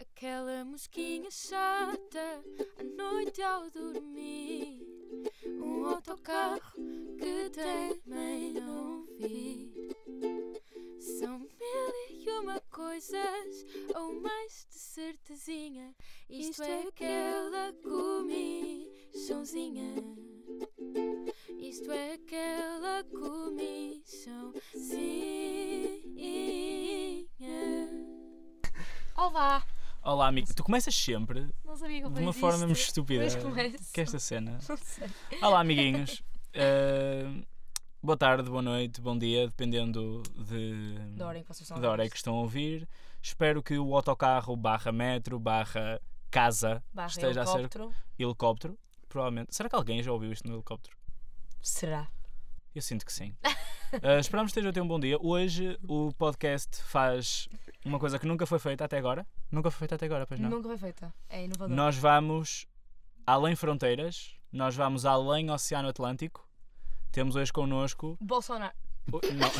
Aquela mosquinha chata à noite ao dormir. Um autocarro que também não vi. São mil e uma coisas, ou mais de certezinha. Isto é aquela comichãozinha. Isto é aquela comichãozinha. Olá! Olá, amigo. Tu começas sempre de Não sabia é que eu uma fazia forma isto. mesmo estúpida. Mas começo. Que é esta cena. Não sei. Olá, amiguinhos. Uh, boa tarde, boa noite, bom dia, dependendo de, Da hora em que vocês estão a da hora ouvir em que estão a ouvir. Espero que o autocarro barra metro barra casa isto. Barra esteja a ser helicóptero. helicóptero. Provavelmente. Será que alguém já ouviu isto no helicóptero? Será? Eu sinto que sim. Uh, esperamos que estejam a ter um bom dia. Hoje o podcast faz uma coisa que nunca foi feita até agora. Nunca foi feita até agora, pois não? Nunca foi feita. É inovador. Nós vamos além fronteiras, nós vamos além Oceano Atlântico. Temos hoje connosco. Bolsonaro. o- não.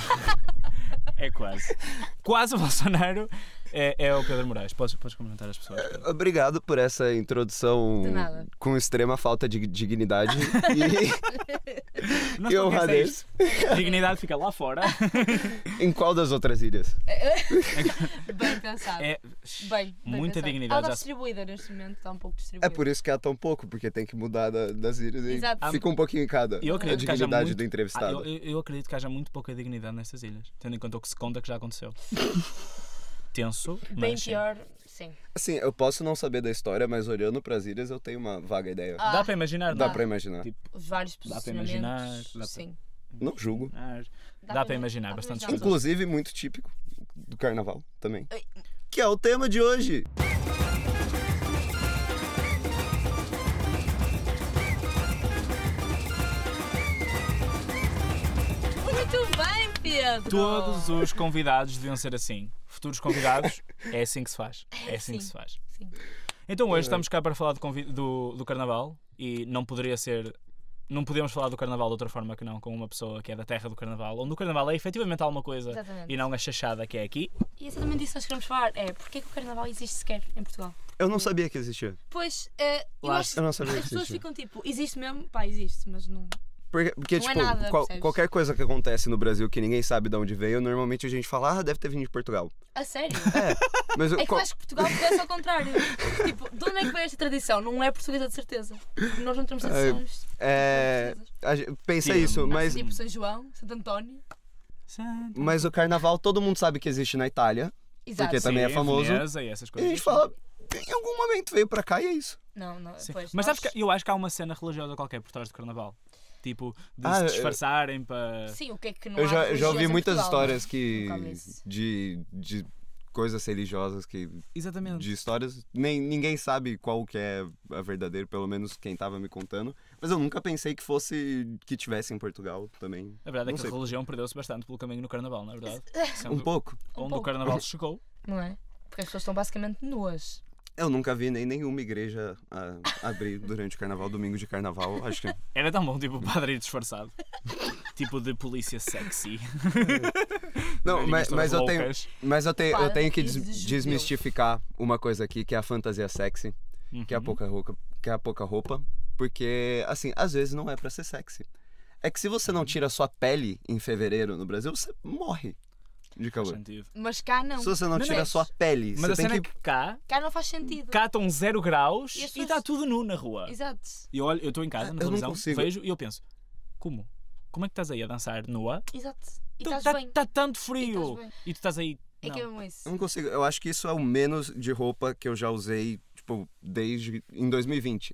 é quase. Quase o Bolsonaro é, é o Pedro Moraes. Podes, podes cumprimentar as pessoas. Pedro. Obrigado por essa introdução De nada. com extrema falta de dignidade. Nós Eu podcast é agradeço. isto. Dignidade fica lá fora. e em qual das outras ilhas? É, Bem pensado. É Bem, bem muita pensado. dignidade. Algo já se- distribuída neste momento, está um pouco distribuída. É por isso que há tão pouco, porque tem que mudar da- das ilhas. e Exato. Fica um pouquinho em cada. Eu a acredito que haja dignidade muito- do Ah, entrevistado. eu, eu- eu acredito que haja muito pouca dignidade nestas ilhas, tendo em conta o que se conta que já aconteceu. Tenso, Bem mas sim. pior, sim. Assim, eu posso não saber da história, mas olhando para as ilhas eu tenho uma vaga ideia. Ah, Dá para imaginar, Dá não? pra imaginar. Tipo, Os vários Dá para posicionamentos. imaginar, dá para- Sim. Não julgo. Dá para imaginar dá para bastantes imaginar. coisas. Inclusive, muito típico do carnaval também. Ai. Que é o tema de hoje. Muito bem, Pedro! Todos os convidados deviam ser assim. Futuros convidados, é assim que se faz. É assim que Sim. se faz. Sim. Então É. hoje estamos cá para falar do, convi- do, do carnaval e não poderia ser. Não podemos falar do carnaval de outra forma que não com uma pessoa que é da terra do carnaval, onde o carnaval é efetivamente alguma coisa Exatamente. e não a chachada que é aqui. E exatamente disso nós queremos falar. É, porque é que o carnaval existe sequer em Portugal? Eu não sabia que existia. Pois, eh, eu Lá- acho Eu não sabia as que pessoas existia. ficam tipo, existe mesmo? Pá, existe, mas não. Porque, porque, Não é tipo, nada, qual- percebes? qualquer coisa que acontece no Brasil que ninguém sabe de onde veio, normalmente a gente fala, ah, deve ter vindo de Portugal. A sério? Mas eu- É que eu qual- acho que Portugal começa ao contrário. tipo, de onde é que vem esta tradição? Não é portuguesa de certeza. Porque nós não temos tradições. É, portuguesas. a gente- pensa Sim, isso, mas- mas, Tipo São João, Santo António. mas o carnaval todo mundo sabe que existe na Itália. Exato. Porque também é Sim, famoso. Veneza e essas E coisas. a gente fala, em algum momento veio pra cá e é isso. Não, não, Sim. pois. nós- Mas sabes que eu acho que há uma cena religiosa qualquer por trás do carnaval. Tipo, de Ah, se eu- disfarçarem para. Sim, o que é que não Eu há já, eu já religioso ouvi em muitas Portugal? né, histórias que. Nunca ouvi isso. de, de coisas religiosas que. Exatamente. De histórias. Nem, ninguém sabe qual que é a verdadeira, pelo menos quem tava me contando. Mas eu nunca pensei que fosse. que tivesse em Portugal também. A verdade é Não que sei. a religião perdeu-se bastante pelo caminho no carnaval, não é verdade? Um pouco. Onde pouco. o carnaval chegou. Não é? Porque as pessoas estão basicamente nuas. Eu nunca vi nem nenhuma igreja a- abrir durante o carnaval, domingo de carnaval. Acho que. Era tão bom, tipo, padre disfarçado. tipo de polícia sexy. Não, mas, mas eu tenho. Loucas. Mas eu, te- eu Para tenho que filhos des- de judeus. desmistificar uma coisa aqui, que é a fantasia sexy, Uhum. que, é a pouca roupa, que é a pouca roupa, porque, assim, às vezes não é pra ser sexy. É que se você não tira sua pele em fevereiro no Brasil, você morre de Faz calor. sentido. Mas cá não. Se você não Mas tira é- sua pele, Mas a você tem cena que... é que cá, Cá não faz sentido. cá estão zero graus E as e pessoas- está tudo nu na rua. Exato. E eu olho, eu estou em casa, na Ah, Eu não televisão, consigo. vejo e eu penso, como? Como é que estás aí a dançar nua? Exato. E Está estás bem. tanto frio! E estás bem. tu estás aí... É que é tá- Não. mesmo Eu isso. não consigo. Eu acho que isso é o menos de roupa que eu já usei, tipo, desde em 2020,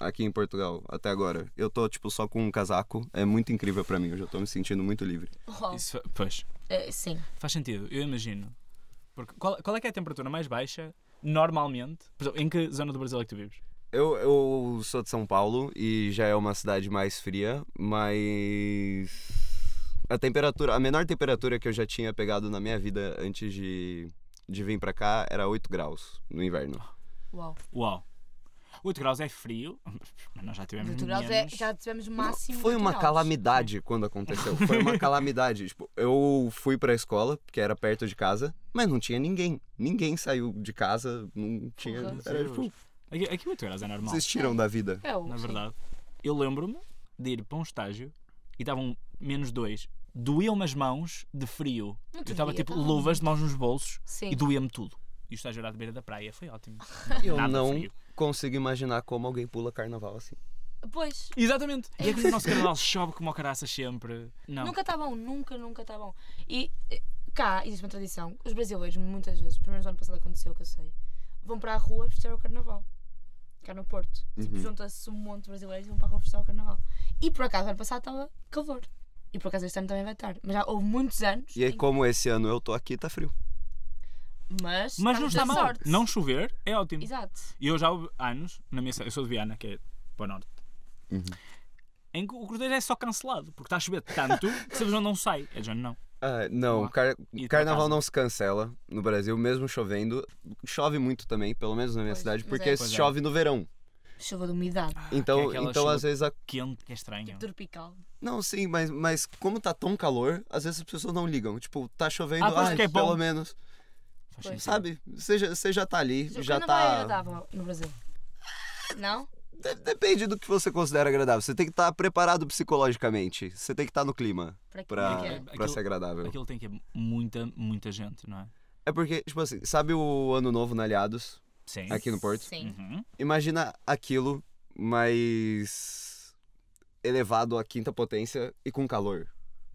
aqui em Portugal, até agora. Eu tô, tipo, só com um casaco. É muito incrível pra mim. Eu já tô me sentindo muito livre. Oh, Isso, fa- pois, eh, sim. faz sentido, eu imagino. Porque qual, qual é que é a temperatura mais baixa, normalmente? Por exemplo, em que zona do Brasil é que tu vives? Eu, eu sou de São Paulo e já é uma cidade mais fria, mas a temperatura, a menor temperatura que eu já tinha pegado na minha vida antes de, de vir pra cá era 8 graus no inverno. Uau. Uau! 8 graus é frio, mas nós já tivemos 8 graus é, menos. já tivemos Não, máximo. Foi 8 uma graus. calamidade quando aconteceu. Foi uma calamidade. Tipo, eu fui pra escola, que era perto de casa, mas não tinha ninguém. Ninguém saiu de casa, não tinha. Porra. Era tipo, Aqui, aqui 8 graus é normal, vocês tiram da vida. É, o- na sim. verdade. Eu lembro-me de ir para um estágio e estavam menos 2. Doíam-me as mãos de frio. Não Eu estava devia, tipo tá. luvas de mãos nos bolsos Sim. e doía-me tudo. E o estágio era à beira da praia, foi ótimo. Eu Nada não frio. consigo imaginar como alguém pula carnaval assim. Pois. Exatamente. E é que o nosso carnaval chove como o caraça sempre. Não. Nunca está bom, nunca, nunca está bom. E eh, cá existe uma tradição, os brasileiros muitas vezes, pelo menos no ano passado aconteceu que eu sei, vão para a rua festejar o carnaval. Cá no Porto. Tipo, Uhum. junta-se um monte de brasileiros e vão para a rua festejar o carnaval. E por acaso ano passado estava calor. E por acaso este ano também vai estar. Mas já houve muitos anos. E aí, em- como esse ano eu tô aqui, tá frio. Mas, Mas não estamos está da mal. sorte. Não chover é ótimo. Exato. E eu já houve anos, na minha, cidade- eu sou de Viana, que é para o norte, Uhum. em que o cortejo é só cancelado, porque está a chover tanto que se a pessoa não sai. É já não. Ah, não, Boa. car- E tá tua carnaval casa? não se cancela no Brasil, mesmo chovendo. Chove muito também, pelo menos na minha Pois, cidade, mas porque é. Pois é. chove no verão. Chuva de umidade. que é Então, aquela então chuva- às vezes a Quente, que é estranho. Tipo tropical. Não, sim, mas, mas como tá tão calor, às vezes as pessoas não ligam. Tipo, tá chovendo, Ah, por isso ah, que é bom. pelo menos. Faz Pois. sentido. Sabe? Você já, você já tá ali, Mas o já carnaval é tá. agradável no Brasil. Não? De- depende do que você considera agradável. Você tem que estar preparado psicologicamente. Você tem que estar no clima Para que pra, que é? pra Aquilo- ser agradável. Aquilo tem que haver muita, muita gente, não é? É porque, tipo assim, sabe o Ano Novo na Aliados, Sim. aqui no Porto? Sim. Uhum. Imagina aquilo, mas elevado à quinta potência e com calor.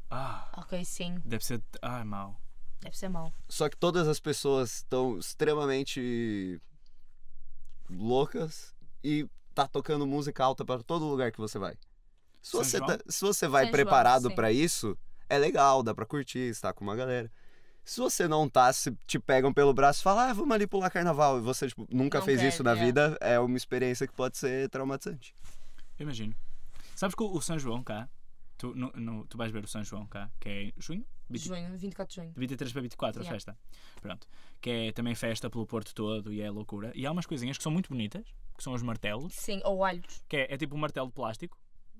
Ah, Ok, sim. deve ser. Ai, mau. Deve ser mau. Só que todas as pessoas estão extremamente loucas e tá tocando música alta para todo lugar que você vai. Se São você, João? tá- se você vai São João, preparado sim. para isso, é legal, dá pra curtir, está com uma galera. Se você não tá, se te pegam pelo braço e falam, ah, vamos ali pular carnaval, e você tipo, nunca Não fez quer, isso na é. vida, é uma experiência que pode ser traumatizante. Eu imagino. Sabes que o, o São João cá, tu, no- no- tu vais ver o São João cá, que é em junho? Vinte- Junho, 24 de junho. De 23 para 24 Yeah. a festa. Pronto. Que é também festa pelo Porto todo e é loucura. E há umas coisinhas que são muito bonitas, que são os martelos, Sim, ou alhos. que é, é tipo um martelo de plástico,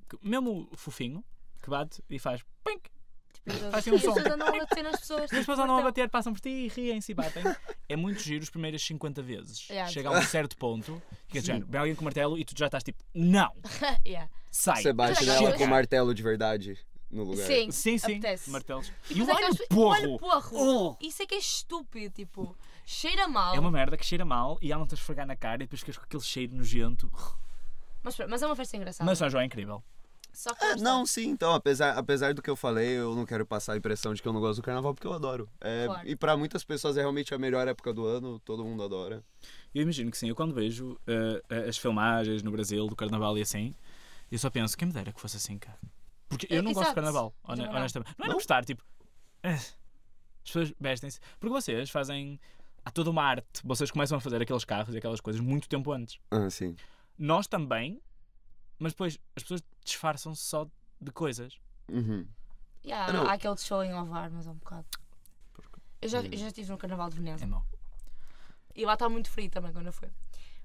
que, mesmo fofinho, que bate e faz pink. Tipo, as Faz assim um som. pessoas andam a bater nas pessoas. As pessoas andam a bater, passam por ti e riem-se e batem. É muito giro as primeiras 50 vezes. Yeah. Chega a um certo ponto, que é de género, vem alguém com martelo e tu já estás tipo, não, Ah, Yeah. sai. Você bate Chega. nela com um martelo de verdade no lugar. Sim. é Sim, sim. Apetece. Martelos. E E o depois alho aquelas- porro. o porro. Oh. Isso é que é estúpido, tipo, cheira mal. É uma merda que cheira mal e ela não te esfregar na cara e depois ficas com aquele cheiro nojento. Tá mas, pronto, mas é uma festa engraçada. Mas São João é incrível. Só que lá está. Não, sim, então, apesar, apesar do que eu falei, eu não quero passar a impressão de que eu não gosto do carnaval, porque eu adoro. É, Claro. E pra muitas pessoas é realmente a melhor época do ano, todo mundo adora. Eu imagino que sim. Eu quando vejo eh, as filmagens no Brasil do carnaval e assim, eu só penso, quem me dera que fosse assim, cara. Porque eu É, não gosto exato. de carnaval, Eu hone- também não. honestamente. Não é não Não? gostar, tipo. eh, as pessoas vestem-se. Porque vocês fazem. Há toda uma arte. Vocês começam a fazer aqueles carros e aquelas coisas muito tempo antes. Ah, sim. Nós também, mas depois as pessoas disfarçam-se só de coisas. Uhum. Yeah, Ah, não. Há aquele show em Ovar, mas é um bocado. Eu já, eu já estive no Carnaval de Veneza. É mau. E lá está muito frio também quando eu fui.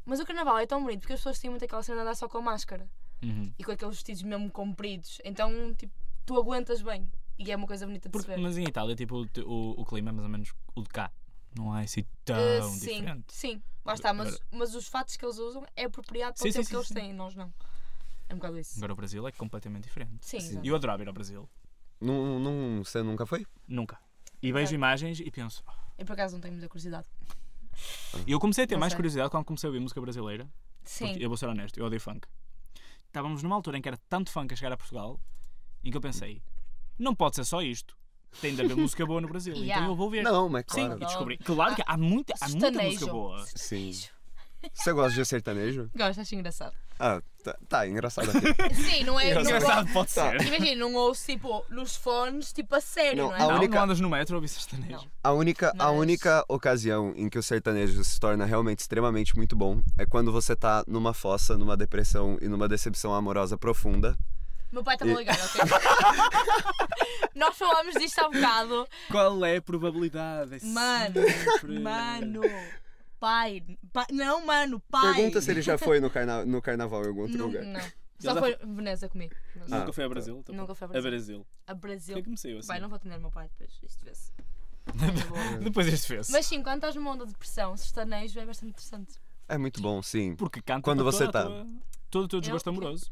Mas o Carnaval é tão bonito porque as pessoas têm muito aquela cena de andar só com a máscara Uhum. e com aqueles vestidos mesmo compridos. Então, tipo, tu aguentas bem. E é uma coisa bonita de Porque- se ver. mas em Itália, tipo, o, o- o clima é mais ou menos o de cá. Não é assim tão Uh, sim, diferente. sim, lá está, mas, Agora- mas os fatos que eles usam é apropriado para Sim, o sim, tempo sim, que eles sim. têm, nós não. É um bocado isso. Agora o Brasil é completamente diferente. Sim, Sim. exato. E eu adorava ir ao Brasil. Não, não, você nunca foi? Nunca. E vejo Claro. imagens e penso. "Ah." eu por acaso não tenho muita curiosidade. E eu comecei a ter Não mais sei. curiosidade quando comecei a ouvir música brasileira. Sim, Porque, eu vou ser honesto, eu odeio funk. Estávamos numa altura em que era tanto funk a chegar a Portugal, em que eu pensei, não pode ser só isto. Tem de haver música boa no Brasil. Yeah. Então eu vou ver. Não, mas Sim, claro. e descobri. Claro que há muita, há muita Sertanejo. música boa. Sim. Você gosta de sertanejo? gosto, acho engraçado. Ah, tá, tá engraçado. Sim, não é. não Engraçado pode Tá. ser. é- Imagina, não ouço tipo nos fones, tipo a sério, Não, não, é? a Não, única- não andas no metro a ouvir sertanejo. A única, a Mas- única ocasião em que o sertanejo se torna realmente extremamente muito bom é quando você tá numa fossa, numa depressão e numa decepção amorosa profunda. Meu pai está-me a E- ligar, ok? Nós falámos disto há bocado. Qual é a probabilidade? É Mano, sempre- Mano, pai. pai- Não, mano, pai. Pergunta se ele já foi no, carna- no carnaval em algum outro Não, lugar. não. Só já- foi Veneza comigo. Mas- Ah. Nunca foi a Brasil? também? Nunca foi a a Brasil. Brasil. A Por que Brasil. é que me saiu Tipo assim? Pai, não vou atender meu pai depois, se tivesse. Mas boa. Depois isto fez. Mas sim, quando estás numa onda de pressão, sertanejo é bastante interessante. É muito bom, sim. Porque canta Quando com você toda a tá- tua- todo o teu desgosto Eu- amoroso.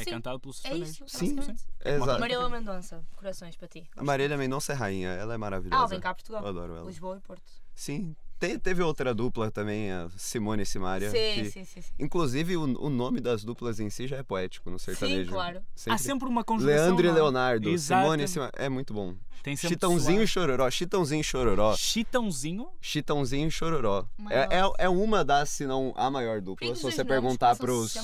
É Sim, cantado pelos É sertanejos. isso. Sim. basicamente. Exato. Marília Mendonça, corações para ti. A Marília Mendonça é rainha, ela é maravilhosa. Ah, vem cá a Portugal. Eu adoro ela. Lisboa e Porto. Sim. Te- teve outra dupla também, a Simone e Simaria. Sim, que- sim, sim, sim. Inclusive, o, o nome das duplas em si já é poético no sertanejo. né? claro. Sempre. Há sempre uma conjugação. Leandro e não é? Leonardo, Simone e Exatamente. Simaria. É muito bom. Tem sempre Chitãozinho e Chororó. Chitãozinho e Chororó. Chitãozinho? Chitãozinho e Chororó. Maior. É, é, é uma das, se não a maior dupla, se você perguntar pros,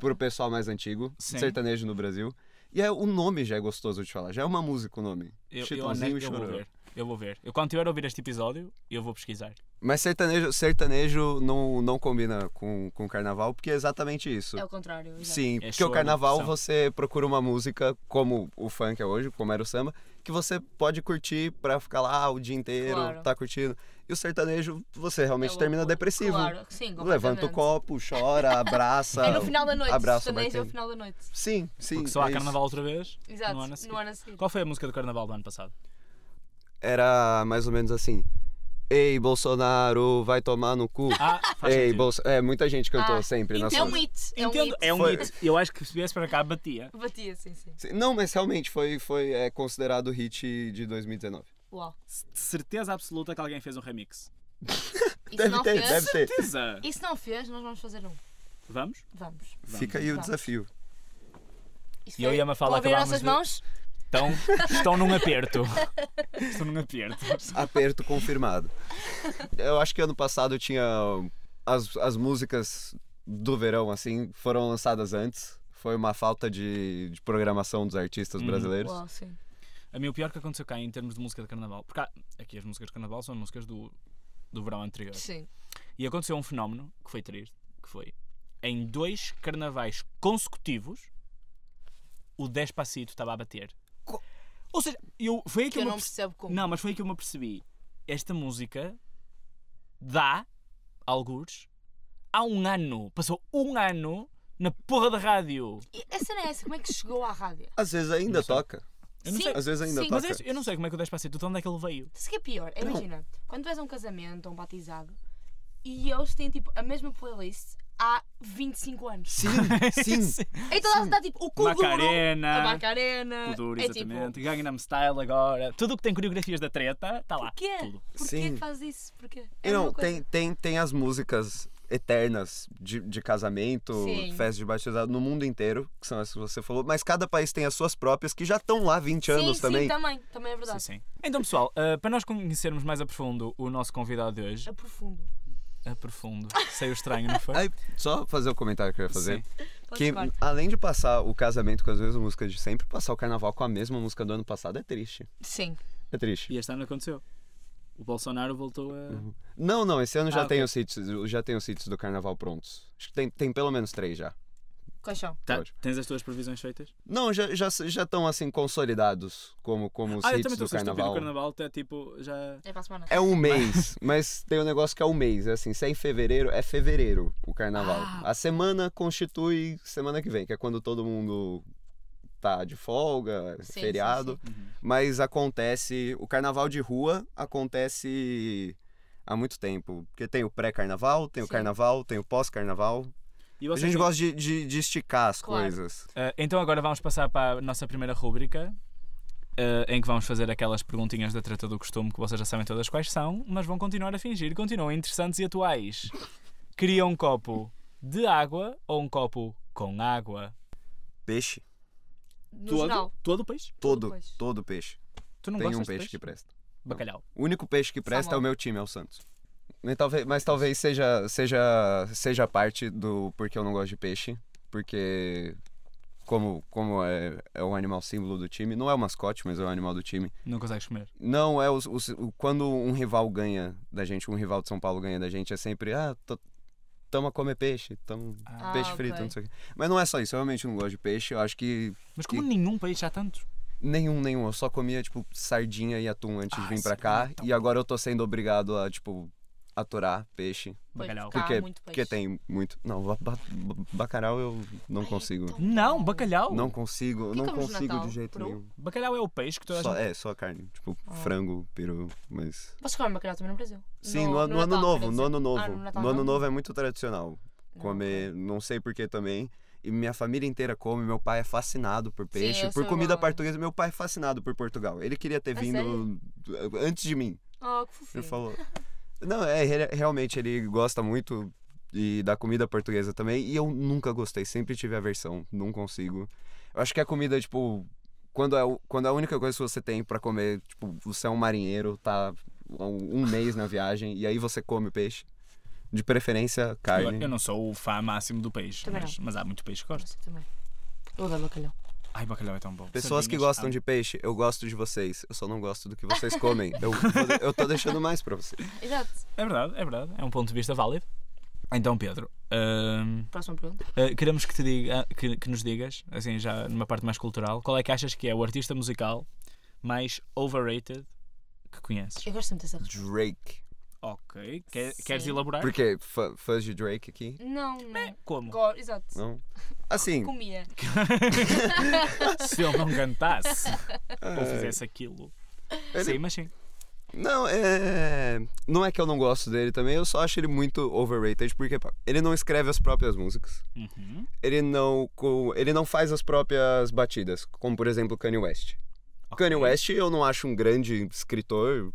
pro pessoal mais antigo, Sim. sertanejo no Brasil. E é, o nome já é gostoso de falar, já é uma música o nome. Eu, eu, Chitãozinho honesto, e eu vou Chororó. ver. Eu vou ver. Eu quando tiver a ouvir este episódio, eu vou pesquisar. Mas sertanejo, sertanejo não, não combina com, com carnaval, porque é exatamente isso. É o contrário. exato. Sim, É porque show, o carnaval opção. você procura uma música como o funk é hoje, como era o samba, que você pode curtir pra ficar lá o dia inteiro, Claro. tá curtindo. E o sertanejo, você realmente É termina loucura. depressivo. Claro, sim, Levanta o completamente. copo, chora, abraça. É no final da noite. abraço, sertanejo é o bater. final da noite. Sim, sim. Porque só há é isso. carnaval outra vez. Exato. No ano No a seguir. ano a seguir. Qual foi a música do carnaval do ano passado? Era mais ou menos assim. Ei, Bolsonaro, vai tomar no cu. Ah, faz Ei, sentido. Bolsonaro. É, muita gente cantou Ah, sempre na É um sua. hit. É um Entendo. hit. É um Foi- hit. Eu acho que se viesse para cá, batia. Batia, sim, sim. Sim, Não, mas realmente foi, foi é, considerado hit de 2019. Uau. C- De certeza absoluta que alguém fez um remix. E se Deve não ter, fez, deve ter. Certeza! E se não fez, nós vamos fazer um. Vamos? Vamos. Vamos. Fica aí o Vamos. desafio. Isso E eu foi- e a Mafalda Vão abrir nossas acabámos de- mãos? Então, estão num aperto. Estão num aperto. Aperto confirmado. Eu acho que ano passado tinha. As, as músicas do verão, assim, foram lançadas antes. Foi uma falta de, de programação dos artistas brasileiros. Uau, sim. A mim, o pior que aconteceu cá em termos de música de carnaval, porque há- aqui as músicas de carnaval são músicas do, do verão anterior. Sim. E aconteceu um fenómeno que foi triste, que foi em dois carnavais consecutivos o Despacito estava a bater. Co- Ou seja, eu, foi aqui Que eu uma não perce- percebo como. Não, mas foi aí que eu me apercebi. Esta música dá, algures, há um ano. Passou um ano na porra da rádio. E a cena é essa, como é que chegou à rádio? Às vezes ainda Não sei. toca. Eu não Sim, sei. Às vezes ainda Sim, toca. Mas é isso, eu não sei como é que o Despacito, de onde é que ele veio. Isso que é pior. Imagina, quando tu és a um casamento ou um batizado e eles têm tipo a mesma playlist há 25 anos. Sim, sim. Então ela está tipo o Kuduro, Macarena. a Macarena. Kuduro, é exatamente. tipo. Gangnam Style agora. Tudo o que tem coreografias da treta, está lá. Porquê? Tudo. Porquê Sim. que faz isso? Porquê? E É a não, mesma coisa. tem, tem, tem as músicas eternas de, de casamento, Sim. festa de batizado no mundo inteiro, que são as que você falou, mas cada país tem as suas próprias que já estão lá 20 sim, anos sim, também. também. Também é Sim, verdade. sim. Então, pessoal, ah, para nós conhecermos mais a profundo o nosso convidado de É hoje, Aprofundo. a profundo, saiu estranho, não foi? Aí, só fazer o comentário que eu ia fazer. Podes Que falar. além de passar o casamento com as mesmas músicas de sempre, passar o carnaval com a mesma música do ano passado é triste. Sim. É triste. E este ano aconteceu. O Bolsonaro voltou a. Uhum, Não, não, esse ano já, Ah, tem os hits, já tem os hits do carnaval prontos. Acho que tem, tem pelo menos três já. Colchão. Tá, Pode. tens as tuas previsões feitas? Não, já estão já, estão, assim consolidados como, como os ah, eu hits também estou a do ser estúpido. O carnaval. carnaval até tipo já. É para a semana. É um mês, mas tem um negócio que é um mês. É assim, se é em fevereiro, é fevereiro o carnaval. Ah. A semana constitui semana que vem, que é quando todo mundo tá de folga, Sim, feriado. sim, Uhum. Mas acontece. O carnaval de rua acontece há muito tempo. Porque tem o pré-carnaval, tem o Sim. carnaval, tem o pós-carnaval. E A vocês gente têm- gosta de, de- de esticar as Claro. coisas. Ah, então agora vamos passar para a nossa primeira rúbrica. ah, em que vamos fazer aquelas perguntinhas da treta do costume que vocês já sabem todas quais são, mas vão continuar a fingir, continuam interessantes e atuais. Queria um copo de água ou um copo com água? Peixe. No Todo, geral. todo o peixe? Todo, peixe. todo peixe. Tu não Tem gostas um de peixe que presta. Bacalhau. O único peixe que presta é o Salmão. meu time, é o Santos. E talvez- mas talvez seja, seja, seja parte do porquê eu não gosto de peixe. Porque, como, como é, é um animal símbolo do time, não é o mascote, mas é o animal do time. Não consegues comer. Não é os, os- o- quando um rival ganha da gente, um rival de São Paulo ganha da gente, é sempre, ah, tô- tamo a comer peixe, tamo Ah. peixe Ah, frito, ok. não sei o quê. Mas não é só isso, eu realmente não gosto de peixe. Eu acho que Mas como nenhum peixe há tantos. Nenhum, nenhum. Eu só comia, tipo, sardinha e atum antes Ah, de vir pra sim, cá. então. E agora eu tô sendo obrigado a, tipo, a Torá, peixe. Pois, Bacalhau. cá há Porque- é- muito Porque peixe. tem muito. Não, ba- ba- ba- bacalhau eu não Ai, consigo. então- Não, bacalhau. Não consigo, que não comes no consigo Natal? de jeito Peru? nenhum. Bacalhau é o peixe que toda a Só, gente... é, só a carne. Tipo, Ah. frango, peru, mas. Vocês comem bacalhau também no Brasil? Sim, no, ano- no ano Natal, novo, quer no dizer. ano novo. Ah, no, Natal ano não? novo é muito tradicional. Não, Comer, não sei por que também. E minha família inteira come, meu pai é fascinado por peixe, eu por sou comida igual. portuguesa. Meu pai é fascinado por Portugal. Ele queria ter É vindo eh, antes de mim. Ah, que Ele fofinho. falou. Não, é, re- realmente ele gosta muito e da comida portuguesa também. E eu nunca gostei, sempre tive aversão, não consigo. Eu acho que a comida, tipo, quando é, o- quando é a única coisa que você tem pra comer, tipo, você é um marinheiro, tá há um um mês na viagem e aí você come peixe. De preferência, Eu, carne. eu não sou o fã máximo do peixe, Também mas, mas há muito peixe que gosto. Você também. Eu adoro bacalhau. Ai, bacalhau é tão bom. Pessoas que Sardinhas, gostam amo. de peixe, eu gosto de vocês. Eu só não gosto do que vocês comem. Eu, vou- eu tô deixando mais pra vocês. Exato. É verdade, é verdade. É um ponto de vista válido. Então, Pedro, hum, Próxima pergunta. Uh, queremos que, te diga, que, que nos digas, assim, já numa parte mais cultural, qual é que achas que é o artista musical mais overrated que conheces? Eu gosto muito dessa resposta. Drake. Ok. Quer- Sim. queres elaborar? Por quê? Fã- Fãs de Drake aqui? Não, não. Como? Go- Exato. Não? Assim. Comia. Se ele não cantasse ou é, fizesse aquilo. Ele- Sim, mas sim. Não, é. Não é que eu não gosto dele também, eu só acho ele muito overrated, porque pá, ele não escreve as próprias músicas. Uhum. Ele não, co- ele não faz as próprias batidas, como por exemplo Kanye West. Kanye West eu não acho um grande escritor,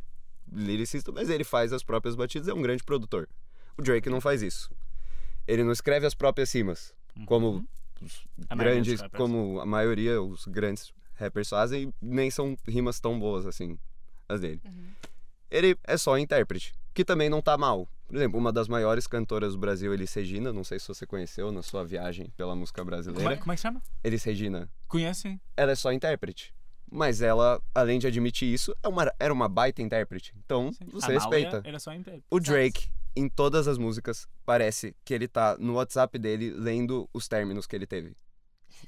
lyricista, mas ele faz as próprias batidas, é um grande produtor. O Drake não faz isso. Ele não escreve as próprias rimas, como os Uhum. A maioria dos grandes, rappers. como a maioria, os grandes rappers fazem, e nem são rimas tão boas assim, as dele Uhum. ele é só intérprete, que também não tá mal. Por exemplo, uma das maiores cantoras do Brasil, Elis Regina, não sei se você conheceu na sua viagem pela música Como é, brasileira. como é que se chama? Elis Regina, Conhecem? ela é só intérprete. Mas ela, além de admitir isso, é uma- era uma baita intérprete. Então, você Amália respeita. Era só em pé. O Drake, em todas as músicas, parece que ele tá no WhatsApp dele lendo os términos que ele teve.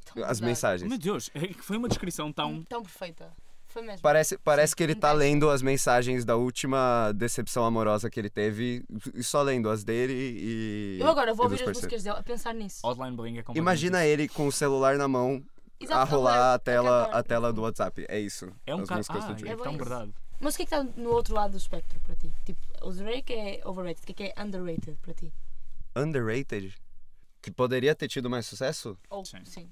Tão as verdade. mensagens. Meu Deus, é que foi uma descrição tão. Tão perfeita. Foi mesmo. Parece, parece que ele tá entendo. lendo as mensagens da última decepção amorosa que ele teve, e só lendo as dele e. Eu agora vou e dos ouvir as parceiros. músicas dele a pensar nisso. Outline Bling é completamente Imagina isso. ele com o celular na mão Exato, é a rolar a agora, tela, agora. a tela do WhatsApp. É isso. É um as bocado. músicas do Ah, Drake. é É bom tão isso. verdade. Mas o que é que está no outro lado do espectro para ti? Tipo, o Drake é overrated, o que é que é underrated para ti? é Underrated? Que poderia ter tido mais sucesso? Ou, Sim. sim.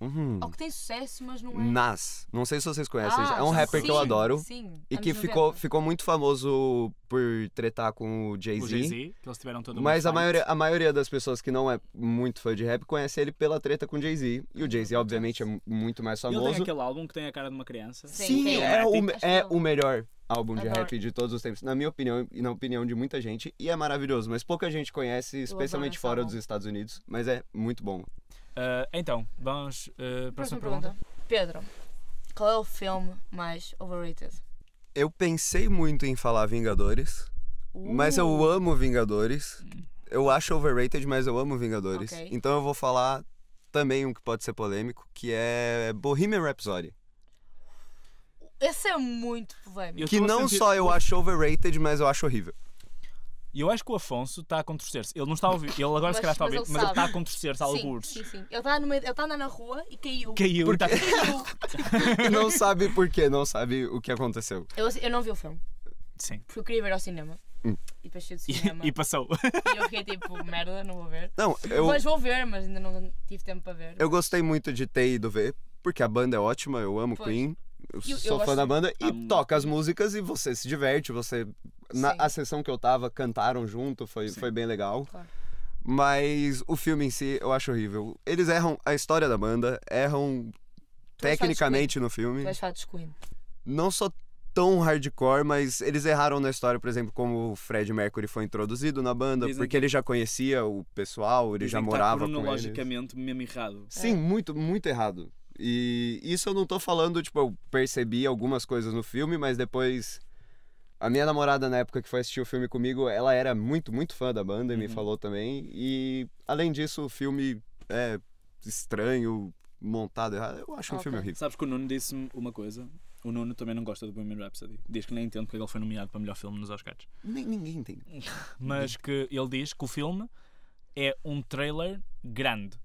Uhum. Ou que tem sucesso, mas não é. Nas. Não sei se vocês conhecem. Ah, é um sim, rapper que eu sim, Tá adoro. Sim, E que anos 90. ficou, ficou muito famoso por tretar com o O Jay-Z. Jay-Z, que eles tiveram todo mas a maioria, a maioria das pessoas que não é muito fã de rap conhece ele pela treta com o Jay-Z. E o Jay-Z, obviamente, é mu- muito mais Ele tem famoso. aquele álbum que tem a cara de uma criança. Sim. Sim, tem é o- o, Atlantic. Acho é que eu- o melhor álbum de Adoro. rap de todos os tempos, na minha opinião e na opinião de muita gente, e é maravilhoso, mas pouca gente conhece, especialmente esse fora álbum. dos Estados Unidos, mas é muito bom. Ah, então, vamos. ah, próxima Próxima pergunta. pergunta. Pedro, qual é o filme mais overrated? Eu pensei muito em falar Vingadores, mas eu Uh, amo Vingadores. Eu acho overrated, mas eu amo Vingadores. Ok. Então eu vou falar também um que pode ser polêmico, que é Bohemian Rhapsody. Esse é muito polêmico. Eu que tô a não sentir- só eu acho overrated, mas eu acho horrível. E eu acho que o Afonso está a contorcer-se. Ele não está a ouvir. Ele agora Mas- se calhar está a mas ouvir, ele mas ele está a sabe. contorcer-se a algures. Sim, sim, sim. Ele está no meio- ele tá andando na rua e caiu. Caiu e tá está. Caiu. E não sabe por quê, não sabe o que aconteceu. Eu, eu não vi o filme, Sim. porque eu queria ver ao cinema. Hum. E depois cheio de cinema. E, E, e passou. eu fiquei tipo, merda, não vou ver. Não, eu. Mas vou ver, mas ainda não tive tempo para ver. Eu gostei muito de ter ido ver, porque a banda é ótima, eu amo Pois. Queen. Eu E eu- sou eu fã gosto- da banda e Amo. toca as músicas e você se diverte, você na Sim. a sessão que eu tava cantaram junto, foi, Sim. foi bem legal. Claro. Mas o filme em si eu acho horrível. Eles erram a história da banda, erram Tu és fã dos tecnicamente no filme. Queen? Tu és fã dos Queen. Não só tão hardcore, mas eles erraram na história, por exemplo, como o Fred Mercury foi introduzido na banda, Dizem porque ele já conhecia o pessoal, ele já morava com eles. tá cronologicamente mesmo errado. Sim, muito, muito errado. E isso eu não tô falando, tipo, eu percebi algumas coisas no filme, mas depois. A minha namorada, na época que foi assistir o filme comigo, ela era muito, muito fã da banda e me Uhum. falou também. E, além disso, o filme é estranho, montado errado. Eu acho Ok. um Ah, filme horrível. Sabes que o Nuno disse-me uma coisa O Nuno também não gosta do Bohemian Rhapsody. Diz que nem entende porque é que ele foi nomeado para melhor filme nos Oscars. Nem, ninguém entende. É, Mas que ele diz que o filme é um trailer grande.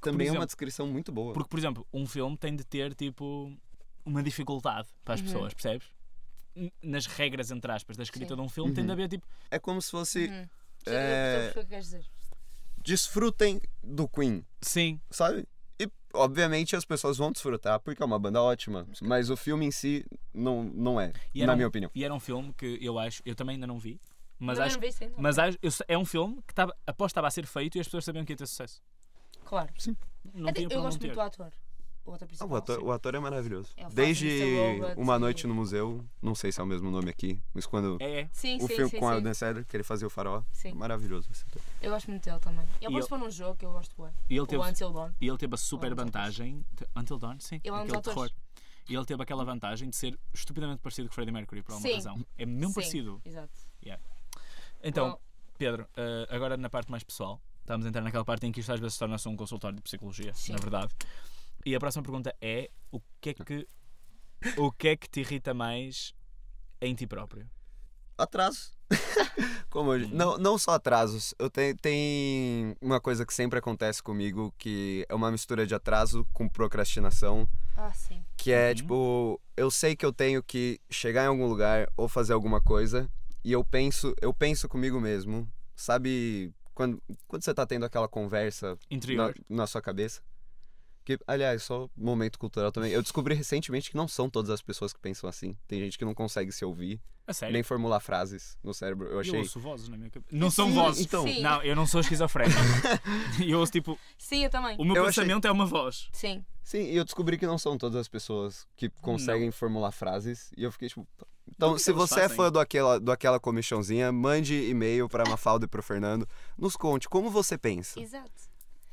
Também é exemplo- uma descrição muito Tipo, boa. Porque, por exemplo, um filme tem de ter tipo uma dificuldade para Uhum. as pessoas, percebes? N- Nas regras, entre aspas, da escrita Sim. de um filme tem de Uhum. haver tipo. É como se fosse Uhum. Sim, É. eu percebo o que queres dizer. desfrutem do Queen, Sim, sabe? E obviamente as pessoas vão desfrutar porque é uma banda ótima, mas o filme em si não, não é, E era na um- minha opinião. e era um filme que eu acho, eu também ainda não vi, mas Não, eu acho não vi isso ainda. Mas acho- eu se- é um filme que estava, aposto estava a ser feito e as pessoas sabiam que ia ter sucesso. Claro. Não Até- É tinha tipo, eu como não gosto muito ter. do ator. O ator principal. o, ator, sim. o ator é maravilhoso. É o assim. Fábio Desde Mr. Robot Uma e- Noite no Museu, não sei se é o mesmo nome aqui, mas quando É, é. Sim, o sim, filme sim, com a sim. Dan Sandler, que ele fazia o farol, é Sim. maravilhoso esse ator. Eu gosto muito dele também. Ele E participou num jogo que eu gosto bem. E ele O teve, Until Dawn. e ele teve a super Until Dawn. vantagem. de- Until Dawn, sim. Ele é um dos aquele autores. terror. E ele teve aquela vantagem de ser estupidamente parecido com Freddie Mercury, por alguma Sim. razão. É mesmo Sim, parecido. Exato. Então, Well, Pedro, eh, agora na parte mais pessoal, estamos a entrar naquela parte em que isto às vezes torna-se um consultório de psicologia, Sim. na verdade. E a próxima pergunta é: o que é que, o que, é que te irrita mais em ti próprio? Atraso. Uhum. Como eu- não, não só atrasos. Eu tenho, tem uma coisa que sempre acontece comigo, que é uma mistura de atraso com procrastinação. ah, sim. Que é Uhum. tipo, eu sei que eu tenho que chegar em algum lugar ou fazer alguma coisa, e eu penso, eu penso comigo mesmo. Sabe quando, quando você tá tendo aquela conversa na, Interior. na sua cabeça? Que, aliás, só um momento cultural também. Eu descobri recentemente que não são todas as pessoas que pensam assim. Tem gente que não consegue se ouvir, A sério. nem formular frases no cérebro. Eu Eu achei. ouço vozes na minha cabeça. Não são Sim, vozes. então. Sim. Não, eu não sou esquizofrénico. eu ouço tipo, Sim, eu também. o meu Eu achei- pensamento é uma voz. Sim. Sim, e eu descobri que não são todas as pessoas que conseguem formular frases. E eu fiquei tipo. tá. Então, que que se elas você é fazem? fã do aquela, do aquela comichãozinha, mande e-mail pra Mafalda e pro Fernando. Nos conte como você pensa. Exato.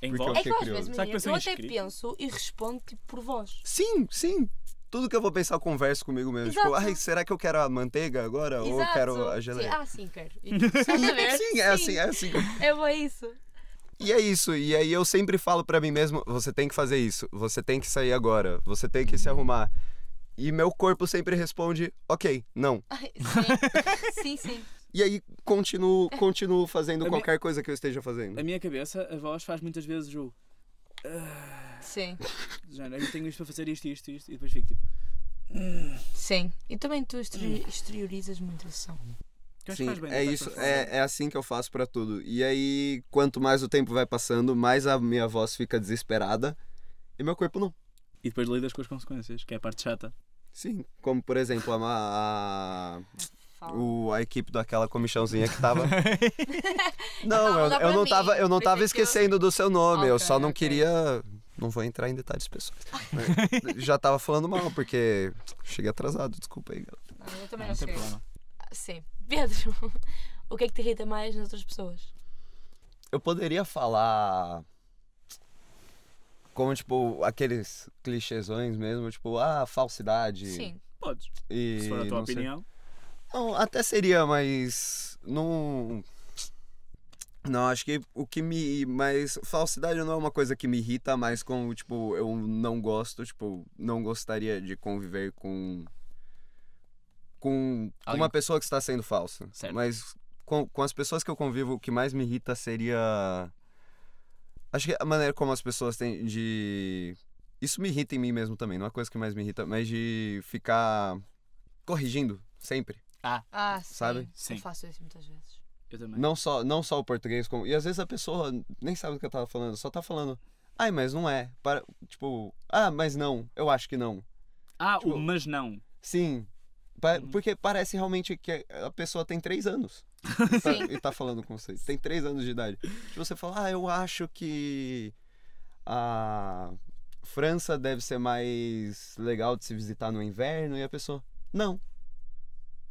Em Porque voz. É que Fiquei eu às curioso. vezes, Será que imagina, pensam eu em até escrito? penso e respondo tipo por voz. Sim, sim. Tudo que eu vou pensar, eu converso comigo mesmo. Tipo, Exato. ai, será que eu quero a manteiga agora? Ou eu Exato. quero a Sim. geleia? Ah, sim, quero. E- Estás a ver? Sim, é assim, é assim. É bom isso. E é isso. E aí eu sempre falo pra mim mesmo: você tem que fazer isso, você tem que sair agora, você tem Uhum. que se arrumar. E meu corpo sempre responde: ok, não. Ai, Sim, sim. sim. E aí continuo, É. continuo fazendo minha- qualquer coisa que eu esteja fazendo. A minha cabeça, a voz faz muitas vezes o. Sim, Género, eu tenho isto para fazer isto, isto, isto. E depois fico tipo. sim. E também tu exteri- Hum. exteriorizas muito essa ação. que eu acho que Sim, faz bem, é né, faz isso, bem. é, é assim que eu faço pra tudo. E aí, quanto mais o tempo vai passando, mais a minha voz fica desesperada e meu corpo não. E depois lidas com as consequências, que é a parte chata. Sim, como por exemplo, a, ma- a, o, a equipe daquela comichãozinha que tava. Não, Não, eu, dá eu pra não mim. tava, eu não Pensei que tava eu- esquecendo do seu nome, eu Ok, só não ok. queria. Não vou entrar em detalhes pessoais. Mas Já tava falando mal, porque cheguei atrasado, desculpa aí, galera. Não, eu também Não, não, tem sei. problema. Ah, Sim. Pedro, o que é que te irrita mais nas outras pessoas? eu poderia falar como tipo aqueles clichêsões mesmo, tipo, ah, falsidade. Sim. Podes, E se for a tua não sei. opinião. Não, até seria, mas não não, acho que o que me. Mas falsidade não é uma coisa que me irrita, mas como, tipo, eu não gosto, tipo, não gostaria de conviver com. com Alguém- uma pessoa que está sendo falsa. Certo. Mas com, com as pessoas que eu convivo, o que mais me irrita seria. Acho que a maneira como as pessoas têm de. Isso me irrita em mim mesmo também, não é a coisa que mais me irrita, mas de ficar corrigindo sempre. Ah, sim. Sabe? Sim. Eu faço isso muitas vezes. Eu também. Não só, não só o português, como... e às vezes a pessoa nem sabe do que eu tava falando, só tá falando, ai, mas não é. Para... Tipo, ah, mas não, eu acho que não. Ah, o Tipo- mas não. Sim. Pa- Uhum. Porque parece realmente que a pessoa tem três anos e tá, Sim. e tá falando com você. Tem três anos de idade. Se você fala, ah, eu acho que a França deve ser mais legal de se visitar no inverno, e a pessoa, não.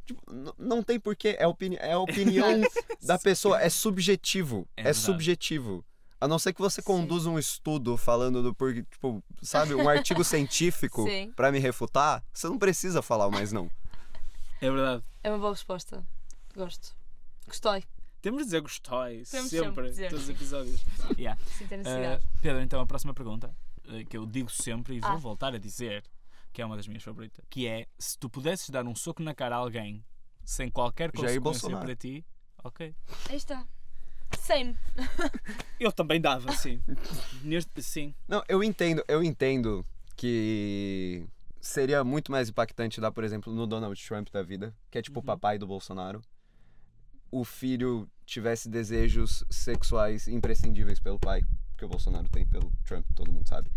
Tipo, n- não tem porquê, é, opini é a opinião da pessoa, é subjetivo. É É, verdade. subjetivo. A não ser que você Sim. conduza um estudo falando do porquê, tipo, sabe, um artigo científico Sim. pra me refutar, você não precisa falar o mais não. É verdade. É uma boa resposta. Gosto. Gostei. Temos de dizer gostói, Temos sempre, sempre de dizer. todos os episódios. Yeah. Sinto a Eh, necessidade. Pedro, então a próxima pergunta, eh, que eu digo sempre e vou Ah. voltar a dizer, que é uma das minhas favoritas, que é se tu pudesses dar um soco na cara a alguém sem qualquer Jair consequência Bolsonaro. para ti, ok. Aí está. Same. Eu também dava, sim. Neste, sim. Não, eu entendo, eu entendo que seria muito mais impactante dar, por exemplo, no Donald Trump da vida, que é tipo o Uhum. papai do Bolsonaro, o filho tivesse desejos sexuais imprescindíveis pelo pai, que o Bolsonaro tem pelo Trump, todo mundo sabe.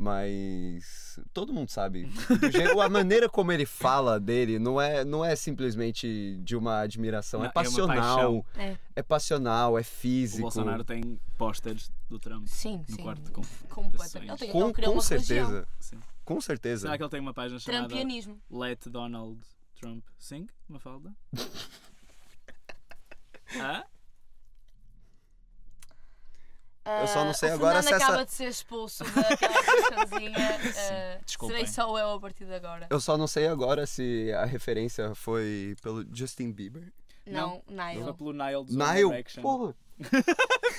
Mas todo mundo sabe. Do jeito- a maneira como ele fala dele não é, não é simplesmente de uma admiração, Não, é é uma passional. paixão. É. É, passional, é O físico. Bolsonaro tem pósteres do Trump Sim, no sim. quarto de conf- Completamente. Ele tem- Com, ele criou com uma religião. é certeza. Sim. Com certeza. Será que ele tem uma página chamada Trampianismo. Let Donald Trump Sing? Uma falda? ah? Eu só não Ah, sei o agora Fernando se essa- acaba de ser expulso daquela questãozinha. ah, desculpem. serei só eu a partir de agora. Eu só não sei agora se a referência foi pelo Justin Bieber. Não, é Eu Nile. vou pelo Nile dos One Nile, Direction. porra.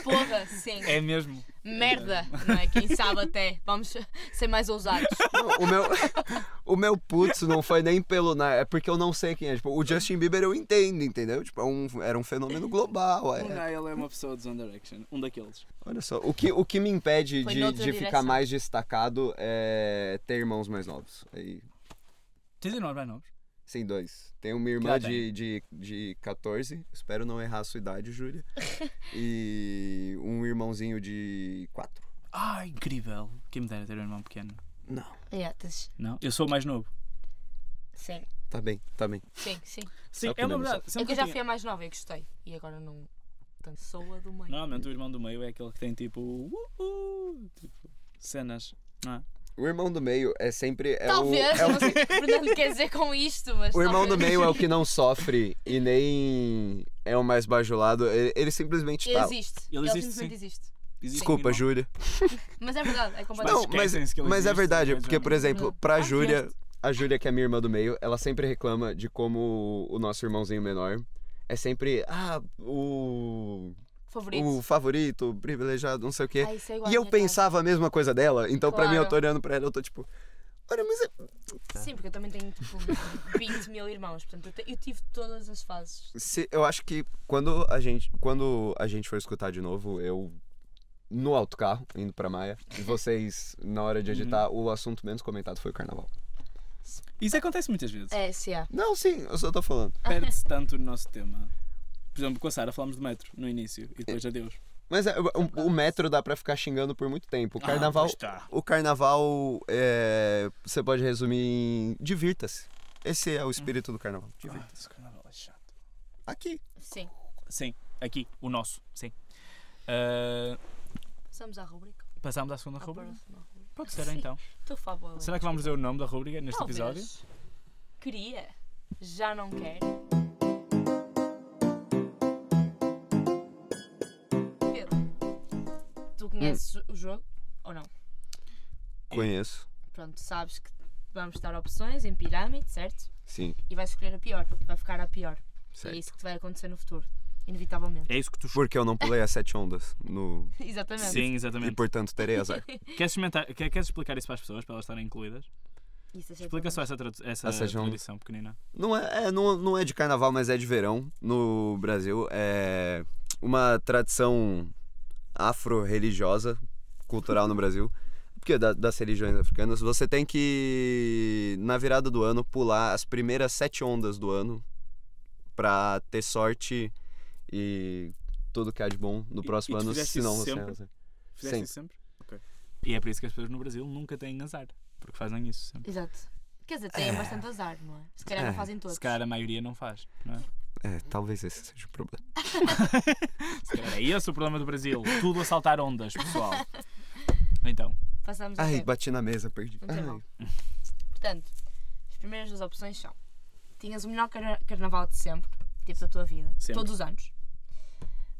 Porra, sim. É mesmo. Merda, não é? Quem sabe até. Vamos ser mais ousados. Não, o meu, o meu putz não foi nem pelo Nile, é porque eu não sei quem é. Tipo, o Justin Bieber eu entendo, entendeu? Tipo, é um, era um fenômeno global. O é. Nile é uma pessoa dos One Direction. Um daqueles. Olha só, o que, o que me impede Foi de, noutra de ficar direção. mais destacado é ter irmãos mais novos. Aí, Tens irmãos mais novos? sem dois. Tem uma irmã Ah, tá. idade de, de, de 14, espero não errar a sua idade, Júlia. e um irmãozinho de 4. Ah, incrível. Quem me dera ter um irmão pequeno. Não. Yeah, tens- Não? Eu sou o mais novo. Sim, Tá bem, tá bem. sim, sim. Sim, Só que é uma não, verdade. É Sempre que eu já tinha- fui a mais nova e gostei. E agora não. Portanto, sou a do meio. Normalmente o irmão do meio é aquele que tem tipo. Uh, uh, tipo cenas. Não é? O irmão do meio é sempre. É Talvez, O, é o- não sei o que o Fernando quer dizer com isto, mas. o irmão do talvez. meio é o que não sofre e nem é o mais bajulado. Ele, ele simplesmente Ele tá. existe. Ele Ele, existe, simplesmente existe. Existe Desculpa, um irmão- Júlia. Mas é verdade, é completamente. Não, mas, esquecem-se que ele mas é existe, verdade, mas porque, eu por não- exemplo, Não. pra Ah, Júlia, vieste. a Júlia, que é minha irmã do meio, ela sempre reclama de como o nosso irmãozinho menor é sempre. Ah, o. Favorito. O favorito, o privilegiado, não sei o quê. Ah, isso é igual E à eu minha casa. pensava a mesma coisa dela, então pra mim eu Claro. tô olhando pra ela, eu tô tipo. Olha, mas é. Sim, porque eu também tenho tipo 20 mil irmãos, portanto eu, te- eu tive todas as fases. Se- eu acho que quando a gente quando a gente for escutar de novo, eu no autocarro indo pra Maia, e vocês na hora de editar, o assunto menos comentado foi o carnaval. Isso acontece muitas vezes. É, se há. Não, sim, eu só tô falando. Perde-se tanto no nosso tema. Por exemplo, com a Sara falámos do metro no início e depois adeus. Mas é, o, o metro dá pra ficar xingando por muito tempo. Ah, O carnaval, pois tá. o carnaval é, você pode resumir em divirta-se. Esse é o espírito do Ah. carnaval. Divir- Ah, Esse carnaval é chato. Aqui. Sim, Sim, aqui, o nosso, sim. Ah, passamos à rubrica. passamos à segunda À rubrica? próxima rubrica. Ah, Pode ser Sim. então. Tu favor. Será que vamos dizer o nome da rubrica neste Talvez. episódio? Queria, já não quer. Pedro, tu conheces o jogo ou não? Conheço. Pronto, sabes que vamos dar opções em pirâmide, certo? Sim. E vais escolher a pior, e vai ficar a pior. E Certo. é isso que te vai acontecer no futuro, inevitavelmente. É isso que tu Porque eu não pulei as sete ondas no Exatamente. Sim, e exatamente. portanto terei azar. Queres, experimentar- quer- queres explicar isso para as pessoas, para elas estarem incluídas? Isso é certo. Explica só essa, tradu- essa Ah, sejam- tradição pequenina. Não é, é- não, não é de carnaval, mas é de verão no Brasil. É uma tradição afro-religiosa, cultural no Brasil. Porque da- das religiões africanas, você tem que, na virada do ano, pular as primeiras sete ondas do ano pra ter sorte e tudo que há de bom no E- próximo e tu ano, fizeste senão isso você sempre? azar. Fizeste Sim. isso sempre? Ok. E é por isso que as pessoas no Brasil nunca têm azar. Porque fazem isso sempre. Exato. Quer dizer, têm bastante azar, não é? Se calhar não É, fazem todos. Ah. Se calhar a maioria não faz, não é? É, talvez esse seja o problema. Se calhar é esse o problema do Brasil. Tudo a saltar ondas, pessoal. Então, Passamos a Ai, ver. bati na mesa, perdi. Não tem Ai. mal. Portanto, as primeiras duas opções são: tinhas o melhor carna- carnaval de sempre, tipo da tua vida, Sempre. todos os anos,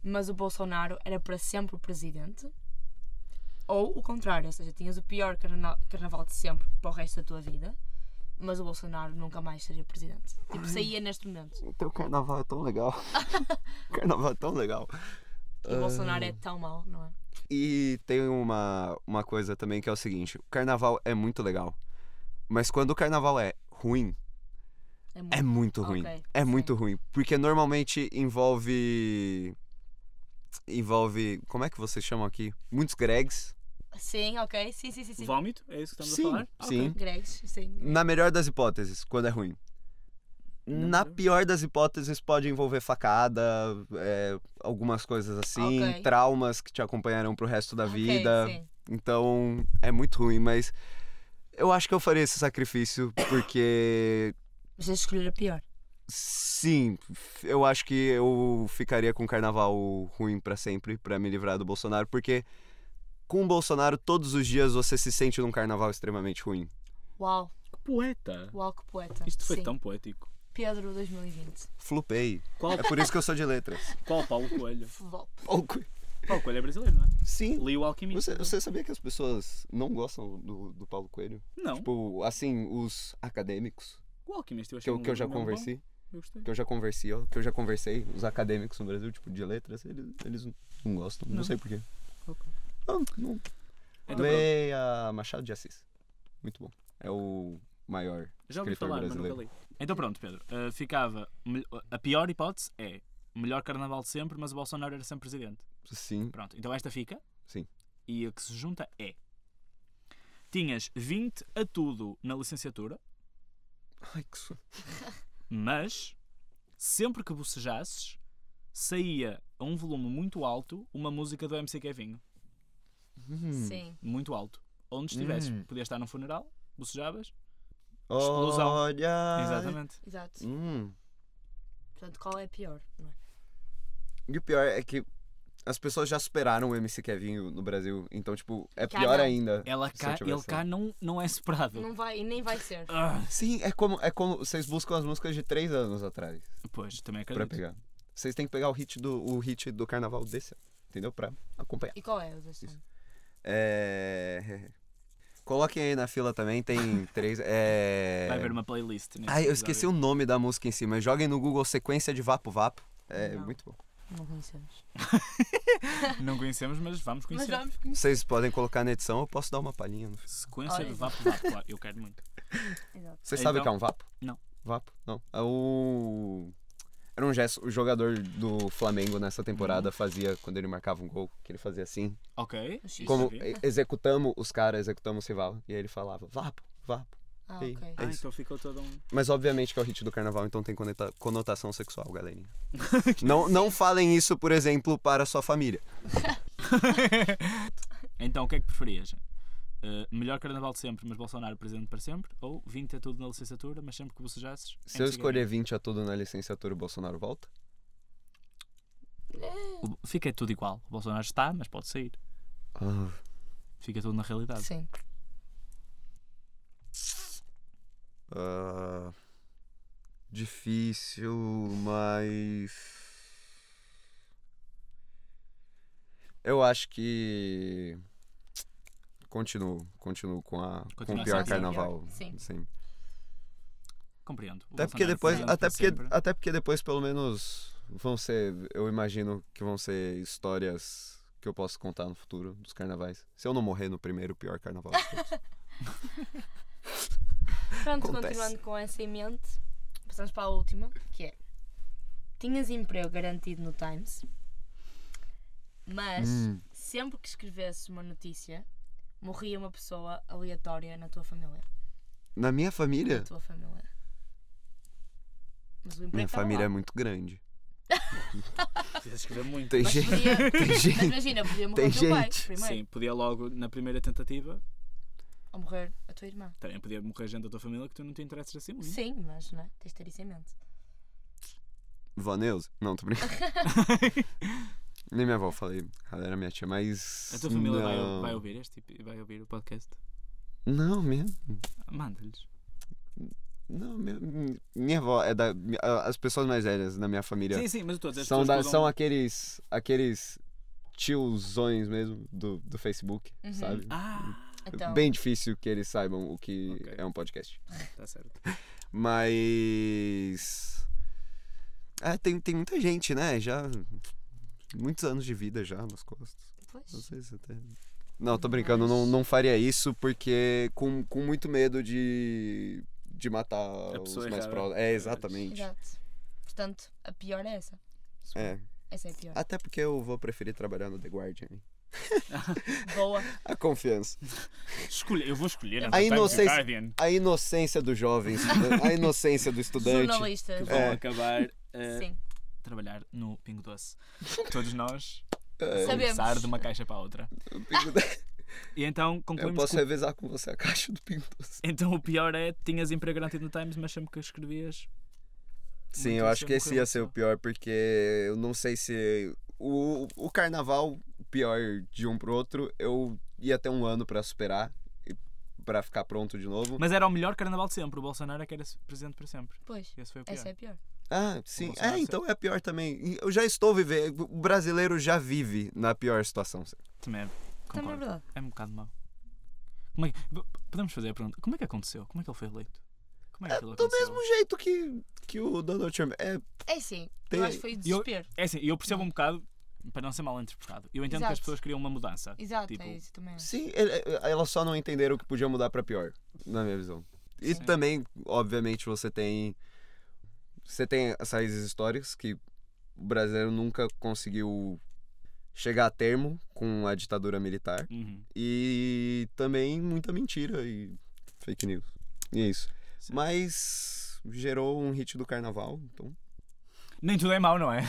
mas o Bolsonaro era para sempre o presidente, ou o contrário, ou seja, tinhas o pior carna- carnaval de sempre para o resto da tua vida, mas o Bolsonaro nunca mais seria presidente. Tipo, saía neste momento. O teu carnaval é tão legal. O carnaval é tão legal. E o Bolsonaro é tão mau, não é? E tem uma, uma coisa também que é o seguinte: o carnaval é muito legal. Mas quando o carnaval é ruim, muito. é muito ruim. Ok, sim. É muito ruim. Porque normalmente envolve. Envolve. Como é que vocês chamam aqui? Muitos gregs. é Sim, ok. Sim, sim, sim. sim. Vómito? É isso que estamos Sim, a falar? Ah, ok. sim. Gregs, sim. Na melhor das hipóteses, quando é ruim. Na pior. pior das hipóteses, pode envolver facada, é, algumas coisas assim, Ok. traumas que te acompanharão pro resto da Ok, vida. sim. Então é muito ruim, mas eu acho que eu faria esse sacrifício porque Mas tens de escolher a pior. sim, f- eu acho que eu ficaria com o carnaval ruim pra sempre, pra me livrar do Bolsonaro, porque com o Bolsonaro todos os dias você se sente num carnaval extremamente ruim. Uau, Ah, Poeta. uau, que poeta. Isto foi sim. tão poético. Pedro 2020. Flupei. Qual, É por isso que eu sou de letras. qual Paulo Coelho? Flop. Pouco. Paulo Coelho é brasileiro, não é? Sim. Li o Alquimista. Você, você sabia que as pessoas não gostam do, do Paulo Coelho? Não. Tipo, assim, os acadêmicos o Alquimista eu achei que eu, um que eu já livro mesmo conversei. bom. Eu gostei. que eu já conversei, ó, que eu já conversei, os acadêmicos no Brasil, tipo, de letras, eles, eles não gostam, não, Não. é? sei porquê. Ok. Não, não. Então, Leia Machado de Assis. Muito bom. É o maior. pronto. já ouvi escritor falar, mas nunca li. Então pronto, Pedro. Uh, ficava. mel- A pior hipótese é melhor carnaval de sempre, mas o Bolsonaro era sempre presidente. Sim. Pronto. Então esta fica. Sim. E a que se junta é. Tinhas 20 a tudo na licenciatura. Ai, que su... mas sempre que bocejasses saía a um volume muito alto uma música do MC Kevinho, Hum. Sim. muito alto. Onde estivesses, Hum. podias estar num funeral, bocejavas. Explosão. Olha. Exatamente. Exato. Hum. Portanto, qual é a pior? Não é? E o pior é que as pessoas já superaram o MC Kevinho no Brasil, então, tipo, é Já pior não. ainda. Ela se cá, eu tivesse ele cá não, não é superado. Não vai, e nem vai ser. Ah, Sim, é como, é como vocês buscam as músicas de três anos atrás. pois, também pra acredito. pegar. Vocês têm que pegar o hit do, o hit do carnaval desse, ano, entendeu? Pra acompanhar. E qual é o deste ano? É... Coloquem aí na fila também, tem três. É... Vai haver uma playlist. nesse Ai, eu esqueci o episódio. nome da música em si, mas joguem no Google sequência de Vapo Vapo. É Não. muito bom. Não conhecemos. um- Não conhecemos, mas vamos Mas conhecer. vamos conhecer. Vocês podem colocar na edição, eu posso dar uma palhinha. no fim. Sequência Olha. de Vapo Vapo, claro. Eu quero muito. Exato. Vocês Então- sabem o que é um Vapo? Não. Vapo? Não. É o. Era um gesto, o jogador do Flamengo nessa Uhum. temporada fazia quando ele marcava um gol, que ele fazia assim. Ok. isso é como é sabia. e- executamos os caras, executamos o rival. E aí ele falava, Vapo, Vapo. Ah, Ei. ok. é Ah, isso. então ficou todo um. Mas obviamente que é o hit do carnaval, então tem conota- conotação sexual, galerinha. não, não falem isso, por exemplo, para sua família. É Então, o que é que preferias? Uh, melhor carnaval de sempre, mas Bolsonaro presidente para sempre? Ou 20 a tudo na licenciatura, mas sempre que bocejasses? Se eu MC escolher 20 a tudo na licenciatura, o Bolsonaro volta? Gabriel? O- Fica tudo igual. O Bolsonaro está, mas pode sair. Ah, Fica tudo na realidade. Sim. ah, difícil, mas. Eu acho que. Continuo, continuo com, a, com o Continuação pior sem pior, carnaval. sim. Sim. Compreendo. O Até porque Bolsonaro depois, presidente até para porque, sempre. até porque depois pelo menos vão ser, eu imagino que vão ser histórias que eu posso contar no futuro dos carnavais. Se eu não morrer no primeiro pior carnaval. de todos. Pronto, Acontece. continuando com essa em mente, passamos para a última, que é Tinhas emprego garantido no Times, mas Hum. sempre que escrevesses uma notícia, morria uma pessoa aleatória na tua família. Na minha Na família, tua família. Mas o emprego minha estava família é lá. muito grande. Precisa escrever muito. Tem Mas gente, podia- é tem Mas gente. imagina, podia morrer Tem o teu pai gente. primeiro. Sim, podia logo, na primeira tentativa, Ou morrer a tua irmã. também podia morrer gente da tua família que tu não te interessas assim muito. Sim, mas não é? Tens de ter isso em mente. Vó Neuza? Não, tô brincando. Nem minha avó falei, ela era minha tia, mas A tua família vai, não. vai ouvir este tipo- vai ouvir o podcast? Não, mesmo. Manda-lhes. Não, minha, minha avó é da as pessoas mais velhas na minha família. Sim, sim, mas eu estou a dizer, as São, pessoas da- que usam- são aqueles, aqueles tiozões mesmo do, do Facebook, Uhum. sabe? Ah, Então, Bem difícil que eles saibam o que Ok. é um podcast. está tá certo. Mas. É, tem, tem muita gente, né? Já. Muitos anos de vida já nas costas. pois, Às vezes até. Não, tô brincando, Mas- não, não faria isso porque com, com muito medo de, de matar A os pessoa mais errada. próximos. É, exatamente. Exato. Portanto, a pior é essa. É. Essa é a pior. Até porque eu vou preferir trabalhar no The Guardian. Ah, Boa. A confiança. Escolha, eu vou escolher. A inocência- Guardian, A inocência do jovem, estudan- a inocência do estudante. Jornalista. que vão É. acabar a Sim. trabalhar no Pingo Doce. Todos nós É, vamos Sabemos. passar de uma caixa para a outra. o Pingo Doce- E então Eu concluímos posso que... o- revisar com você a caixa do Pingo Doce. Então o pior é, tinhas emprego garantido no Times, mas sempre que escrevias... Sim, muito eu acho isso, que esse ia ser o nunca pior, porque eu não sei se. O, o carnaval, o pior de um pro outro, eu ia ter um ano pra superar, e pra ficar pronto de novo. Mas era o melhor carnaval de sempre. O Bolsonaro é que era presidente para sempre. Pois. Esse foi o pior. Essa é a pior. Ah, sim. Bolsonaro É, ser- então é a pior também. E Eu já estou vivendo. O brasileiro já vive na pior situação. Também é- Também é concordo. verdade. É um bocado mau. Como é que- v- Podemos fazer a pergunta. Como é que aconteceu? Como é que ele foi eleito? Como é que Ah, ele Do aconteceu? mesmo jeito que, que o Donald Trump. É, É sim. Tem- Eu acho que foi o E eu- desespero. É assim, eu percebo um bocado, para não ser mal interpretado, eu entendo que as Exato. pessoas queriam uma mudança. Exato, Tipo, é isso também. acho. sim, ele- eh, elas só não entenderam que podia mudar pra pior, na minha visão. E Sim. também, obviamente, você tem. Você tem as raízes históricas que o brasileiro nunca conseguiu chegar a termo com a ditadura militar. Uhum. E também muita mentira e fake news. E é isso. Sim. Mas gerou um hit do carnaval, então. Nem tudo é mau, não é?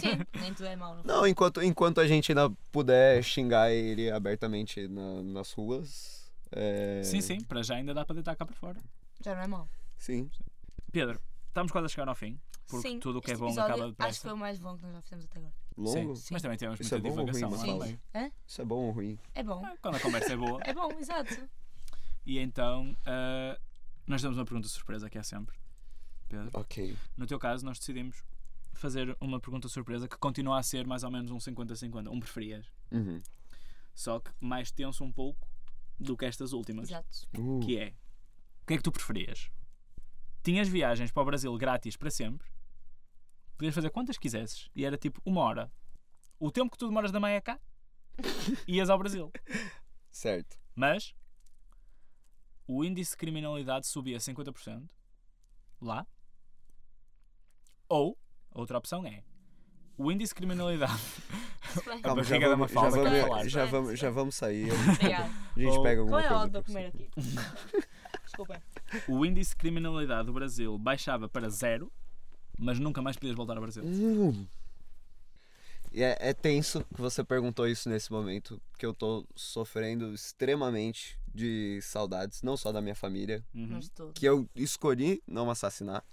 Sim, nem tudo é mau. não foi? Não, enquanto, enquanto a gente ainda puder xingar ele abertamente na- nas ruas. é, Sim, sim, para já ainda dá para deitar cá para fora. Já não é mau. Sim. Pedro, estamos quase a chegar ao fim, porque sim, tudo o que é este bom episódio acaba Acho que depressa. foi o mais longo que nós já fizemos até agora. Longo? Sim, mas também tivemos Isso é muita bom ou ruim, divagação lá no Mafalda? meio. Isso é bom ou ruim? É bom. Ah, Quando a conversa é boa. É bom, exato. E então, ah, nós temos uma pergunta surpresa que é sempre. Pedro, Ok. no teu caso, nós decidimos fazer uma pergunta surpresa que continua a ser mais ou menos um 50-50, um preferias. Uhum. Só que mais tenso um pouco do que estas últimas. Exato. Uh, que é o que é que tu preferias? Tinhas viagens para o Brasil grátis para sempre, podias fazer quantas quisesses e era tipo uma hora. O tempo que tu demoras da manhã cá, ias ao Brasil. Certo. Mas o índice de criminalidade subia 50% lá. Ou, outra opção é o índice de criminalidade. Bem, A já barriga da vamos, já Mafalda quer vamos, falar. né? já vamos, já vamos sair. A Obrigado. gente Ou- pega Qual alguma é a hora coisa. de eu pra comer você. aqui? Desculpem. O índice de criminalidade do Brasil baixava para zero, mas nunca mais podias voltar ao Brasil. Hum. E é, é tenso que você perguntou isso nesse momento, que eu tô sofrendo extremamente de saudades, não só da minha família, Uhum. Não estou. que eu escolhi não assassinar,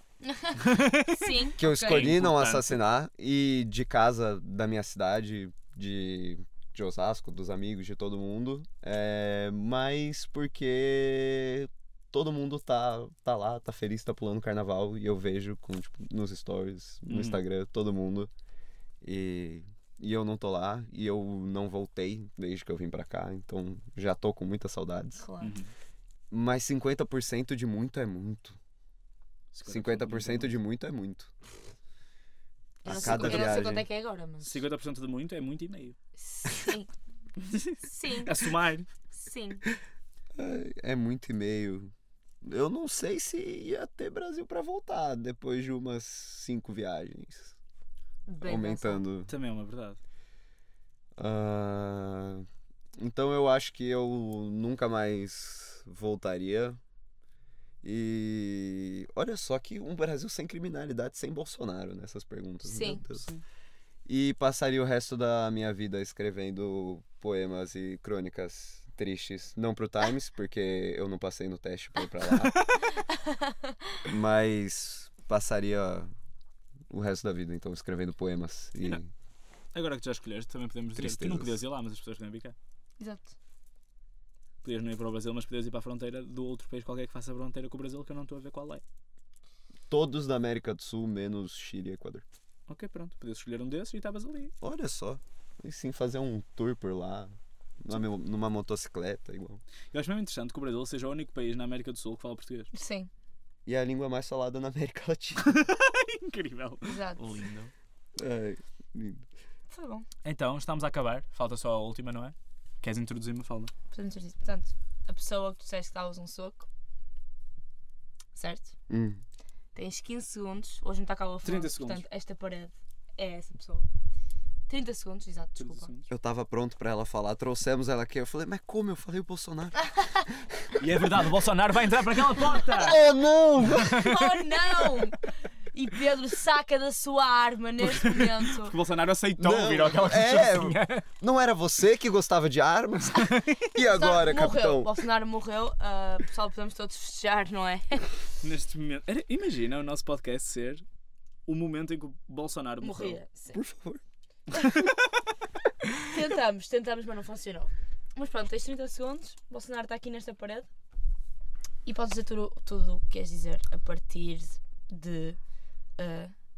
Sim. que eu ok. escolhi não Importante. assassinar, e de casa da minha cidade, de, de Osasco, dos amigos, de todo mundo, é, mas porque todo mundo tá, tá lá, tá feliz, tá pulando carnaval, e eu vejo com, tipo, nos stories, no Uhum. Instagram, todo mundo, e, e eu não tô lá, e eu não voltei desde que eu vim pra cá, então já tô com muitas saudades. Claro. Uhum. Mas 50% de muito é muito. 50% 50% de muito é muito. Eu A não sei- cada Eu não sei quanto é viagem. que é agora, mas. 50% de muito é muito e meio. Sim. Sim. A somar. Sim. É muito e meio. Eu não sei se ia ter Brasil pra voltar depois de umas cinco viagens. Bem aumentando. Também é uma verdade. Ah, então eu acho que eu nunca mais voltaria. E olha só que um Brasil sem criminalidade, sem Bolsonaro nessas perguntas. meu Sim. Deus. E passaria o resto da minha vida escrevendo poemas e crônicas tristes. Não pro Times, porque eu não passei no teste pra ir pra lá. Mas passaria o resto da vida, então, escrevendo poemas. E... Yeah. Agora que já escolheste, também podemos dizer que tu não Tristezas. podias ir lá, mas as pessoas não iam ficar. Exato. Podias não ir para o Brasil, mas podias ir para a fronteira do outro país qualquer que faça a fronteira com o Brasil, que eu não estou a ver qual é. Todos da América do Sul, menos Chile e Equador. Ok, pronto. Podias escolher um desses e estavas ali. Olha só. E sim, fazer um tour por lá. Numa, meu- numa motocicleta, igual. Eu acho mesmo interessante que o Brasil seja o único país na América do Sul que fala português. Sim. E é a língua mais falada na América Latina. Incrível. Exato. Lindo. Ai, lindo. Foi bom. Então, estamos a acabar. Falta só a última, não é? Queres introduzir uma fala? Podemos dizer, portanto, a pessoa que tu disseste que davas um soco, certo? Hum. Tens 15 segundos, hoje não está cá o 30 Afonso, segundos. portanto, esta parede é essa pessoa. 30 segundos, exato, desculpa. Eu tava pronto pra ela falar, trouxemos ela aqui. Eu falei, mas como? Eu falei o Bolsonaro. E é verdade, o Bolsonaro vai entrar para aquela porta! oh, não! Oh não! E Pedro saca da sua arma neste momento. Porque o Bolsonaro aceitou Não, vir àquela é. conversinha. Não era você que gostava de armas? E agora, Bolsonaro morreu. capitão? Bolsonaro morreu, ah, pessoal, podemos todos festejar, não é? Neste momento. Era- imagina o nosso podcast ser o momento em que o Bolsonaro morreu. Morria. sim. Então, Por favor. Tentamos, tentamos, mas não funcionou. Mas pronto, tens 30 segundos. Bolsonaro está aqui nesta parede. E podes dizer tudo tudo o que queres dizer a partir de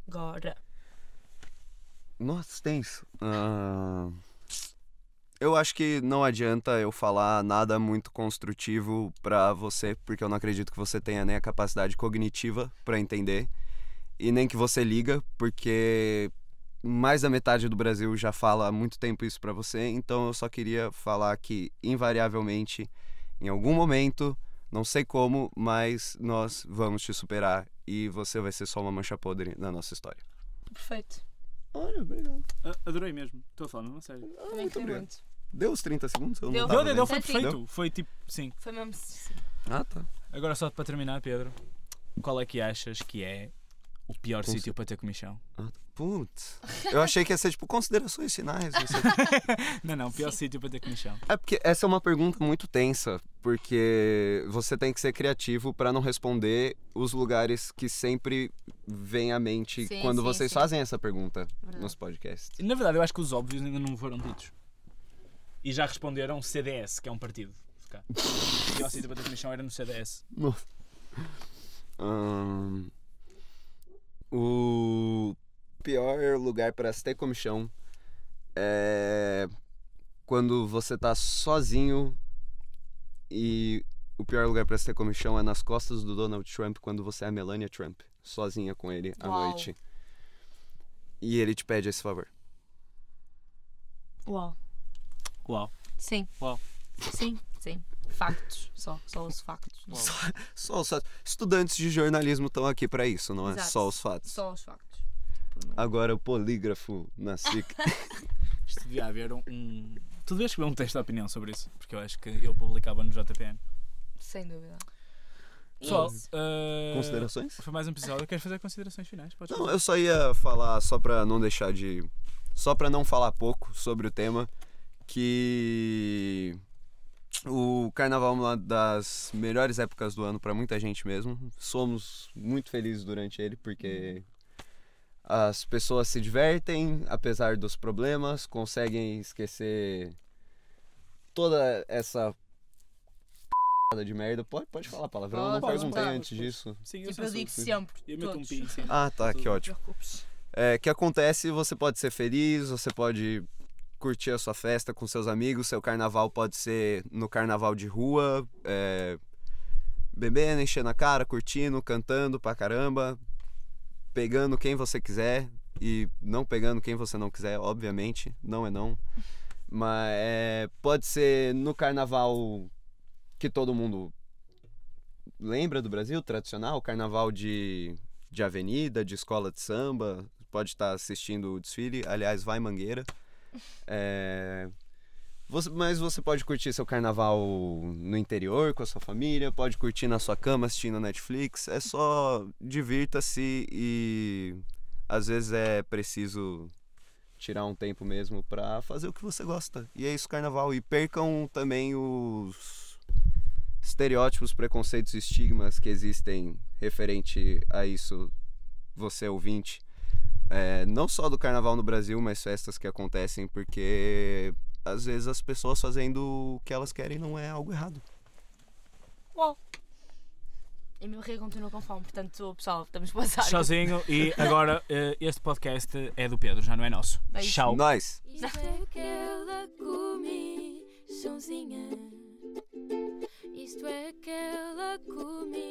agora. Nossa, tenso. Ah, Eu acho que não adianta eu falar nada muito construtivo pra você, porque eu não acredito que você tenha nem a capacidade cognitiva pra entender e nem que você liga, porque mais da metade do Brasil já fala há muito tempo isso pra você. Então eu só queria falar que invariavelmente, em algum momento, não sei como, mas nós vamos te superar e você vai ser só uma mancha podre na nossa história. Perfeito. Olha, obrigado. A- Ah, adorei mesmo. Estou a falar mesmo a sério. Ah, Também muito gostei obrigado. muito. Deu os 30 segundos? Eu Deu. Deu, não tava deu, vendo. deu, foi Sim. perfeito. Foi tipo, sim. Foi mesmo. sim. Ah, tá. Agora só para terminar, Pedro. Qual é que achas que é o pior Com sítio para ter comichão? Ah, tá. Putz. Eu achei que ia ser, tipo, considerações finais. não sei. Não, não, o pior sítio para ter comichão. É porque essa é uma pergunta muito tensa, porque você tem que ser criativo pra não responder os lugares que sempre vem à mente Sim, quando sim, vocês sim. fazem essa pergunta Verdade. nos podcasts. Na verdade, eu acho que os óbvios ainda não foram ditos. E já responderam CDS, que é um partido. de cá. O pior sítio para ter comichão era no CDS. Nossa. Ahn, o pior lugar pra se ter comichão é quando você tá sozinho e o pior lugar pra se ter comichão é nas costas do Donald Trump quando você é a Melania Trump, sozinha com ele à Uau. noite. E ele te pede esse favor. Uau. Uau. Sim. Uau. Sim, sim. Factos. Só, só os factos. Não. Só os fatos. Estudantes de jornalismo estão aqui pra isso, não é Exato. só os fatos. Só os factos. Por mim. Agora o polígrafo na SIC. Isto devia haver um. um... Tu devias escrever um texto de opinião sobre isso, porque eu acho que eu publicava no JPN. Sem dúvida. E Pessoal, é isso. eh, Considerações? Foi mais um episódio. Queres fazer considerações finais? Podes Não, fazer. eu só ia falar, só pra não deixar de. Só pra não falar pouco sobre o tema, que. O carnaval é uma das melhores épocas do ano pra muita gente mesmo. Somos muito felizes durante ele, porque as pessoas se divertem, apesar dos problemas, conseguem esquecer toda essa p***ada de merda. Pode, pode falar palavrão, eu não Pode, perguntei pode. é antes disso. Sim, eu Tipo, eu censuro. digo sempre. Eu meto um todos. pi em cima. Ah, tá, que Tudo. ótimo. é, que acontece, você pode ser feliz, você pode curtir a sua festa com seus amigos, seu carnaval pode ser no carnaval de rua, é, bebendo, enchendo a cara, curtindo, cantando pra caramba, pegando quem você quiser e não pegando quem você não quiser, obviamente, não é não. Mas é, pode ser no carnaval que todo mundo lembra do Brasil, tradicional, carnaval de de avenida, de escola de samba, pode estar assistindo o desfile. Aliás, vai Mangueira. É, você- mas você pode curtir seu carnaval no interior com a sua família, pode curtir na sua cama assistindo Netflix. É só divirta-se e às vezes é preciso tirar um tempo mesmo pra fazer o que você gosta. E é isso, carnaval. E percam também os estereótipos, preconceitos e estigmas que existem referente a isso, você ouvinte. É, não só do carnaval no Brasil, mas festas que acontecem, porque às vezes as pessoas fazendo o que elas querem não é algo errado. Uau. E meu rei continua com fome, portanto, pessoal, estamos passados. Sozinho, tá. e agora eh, este podcast é do Pedro, já não é nosso. É isso. Tchau. Nós! Isto é aquela comichãozinha. Isto é aquela comichãozinha.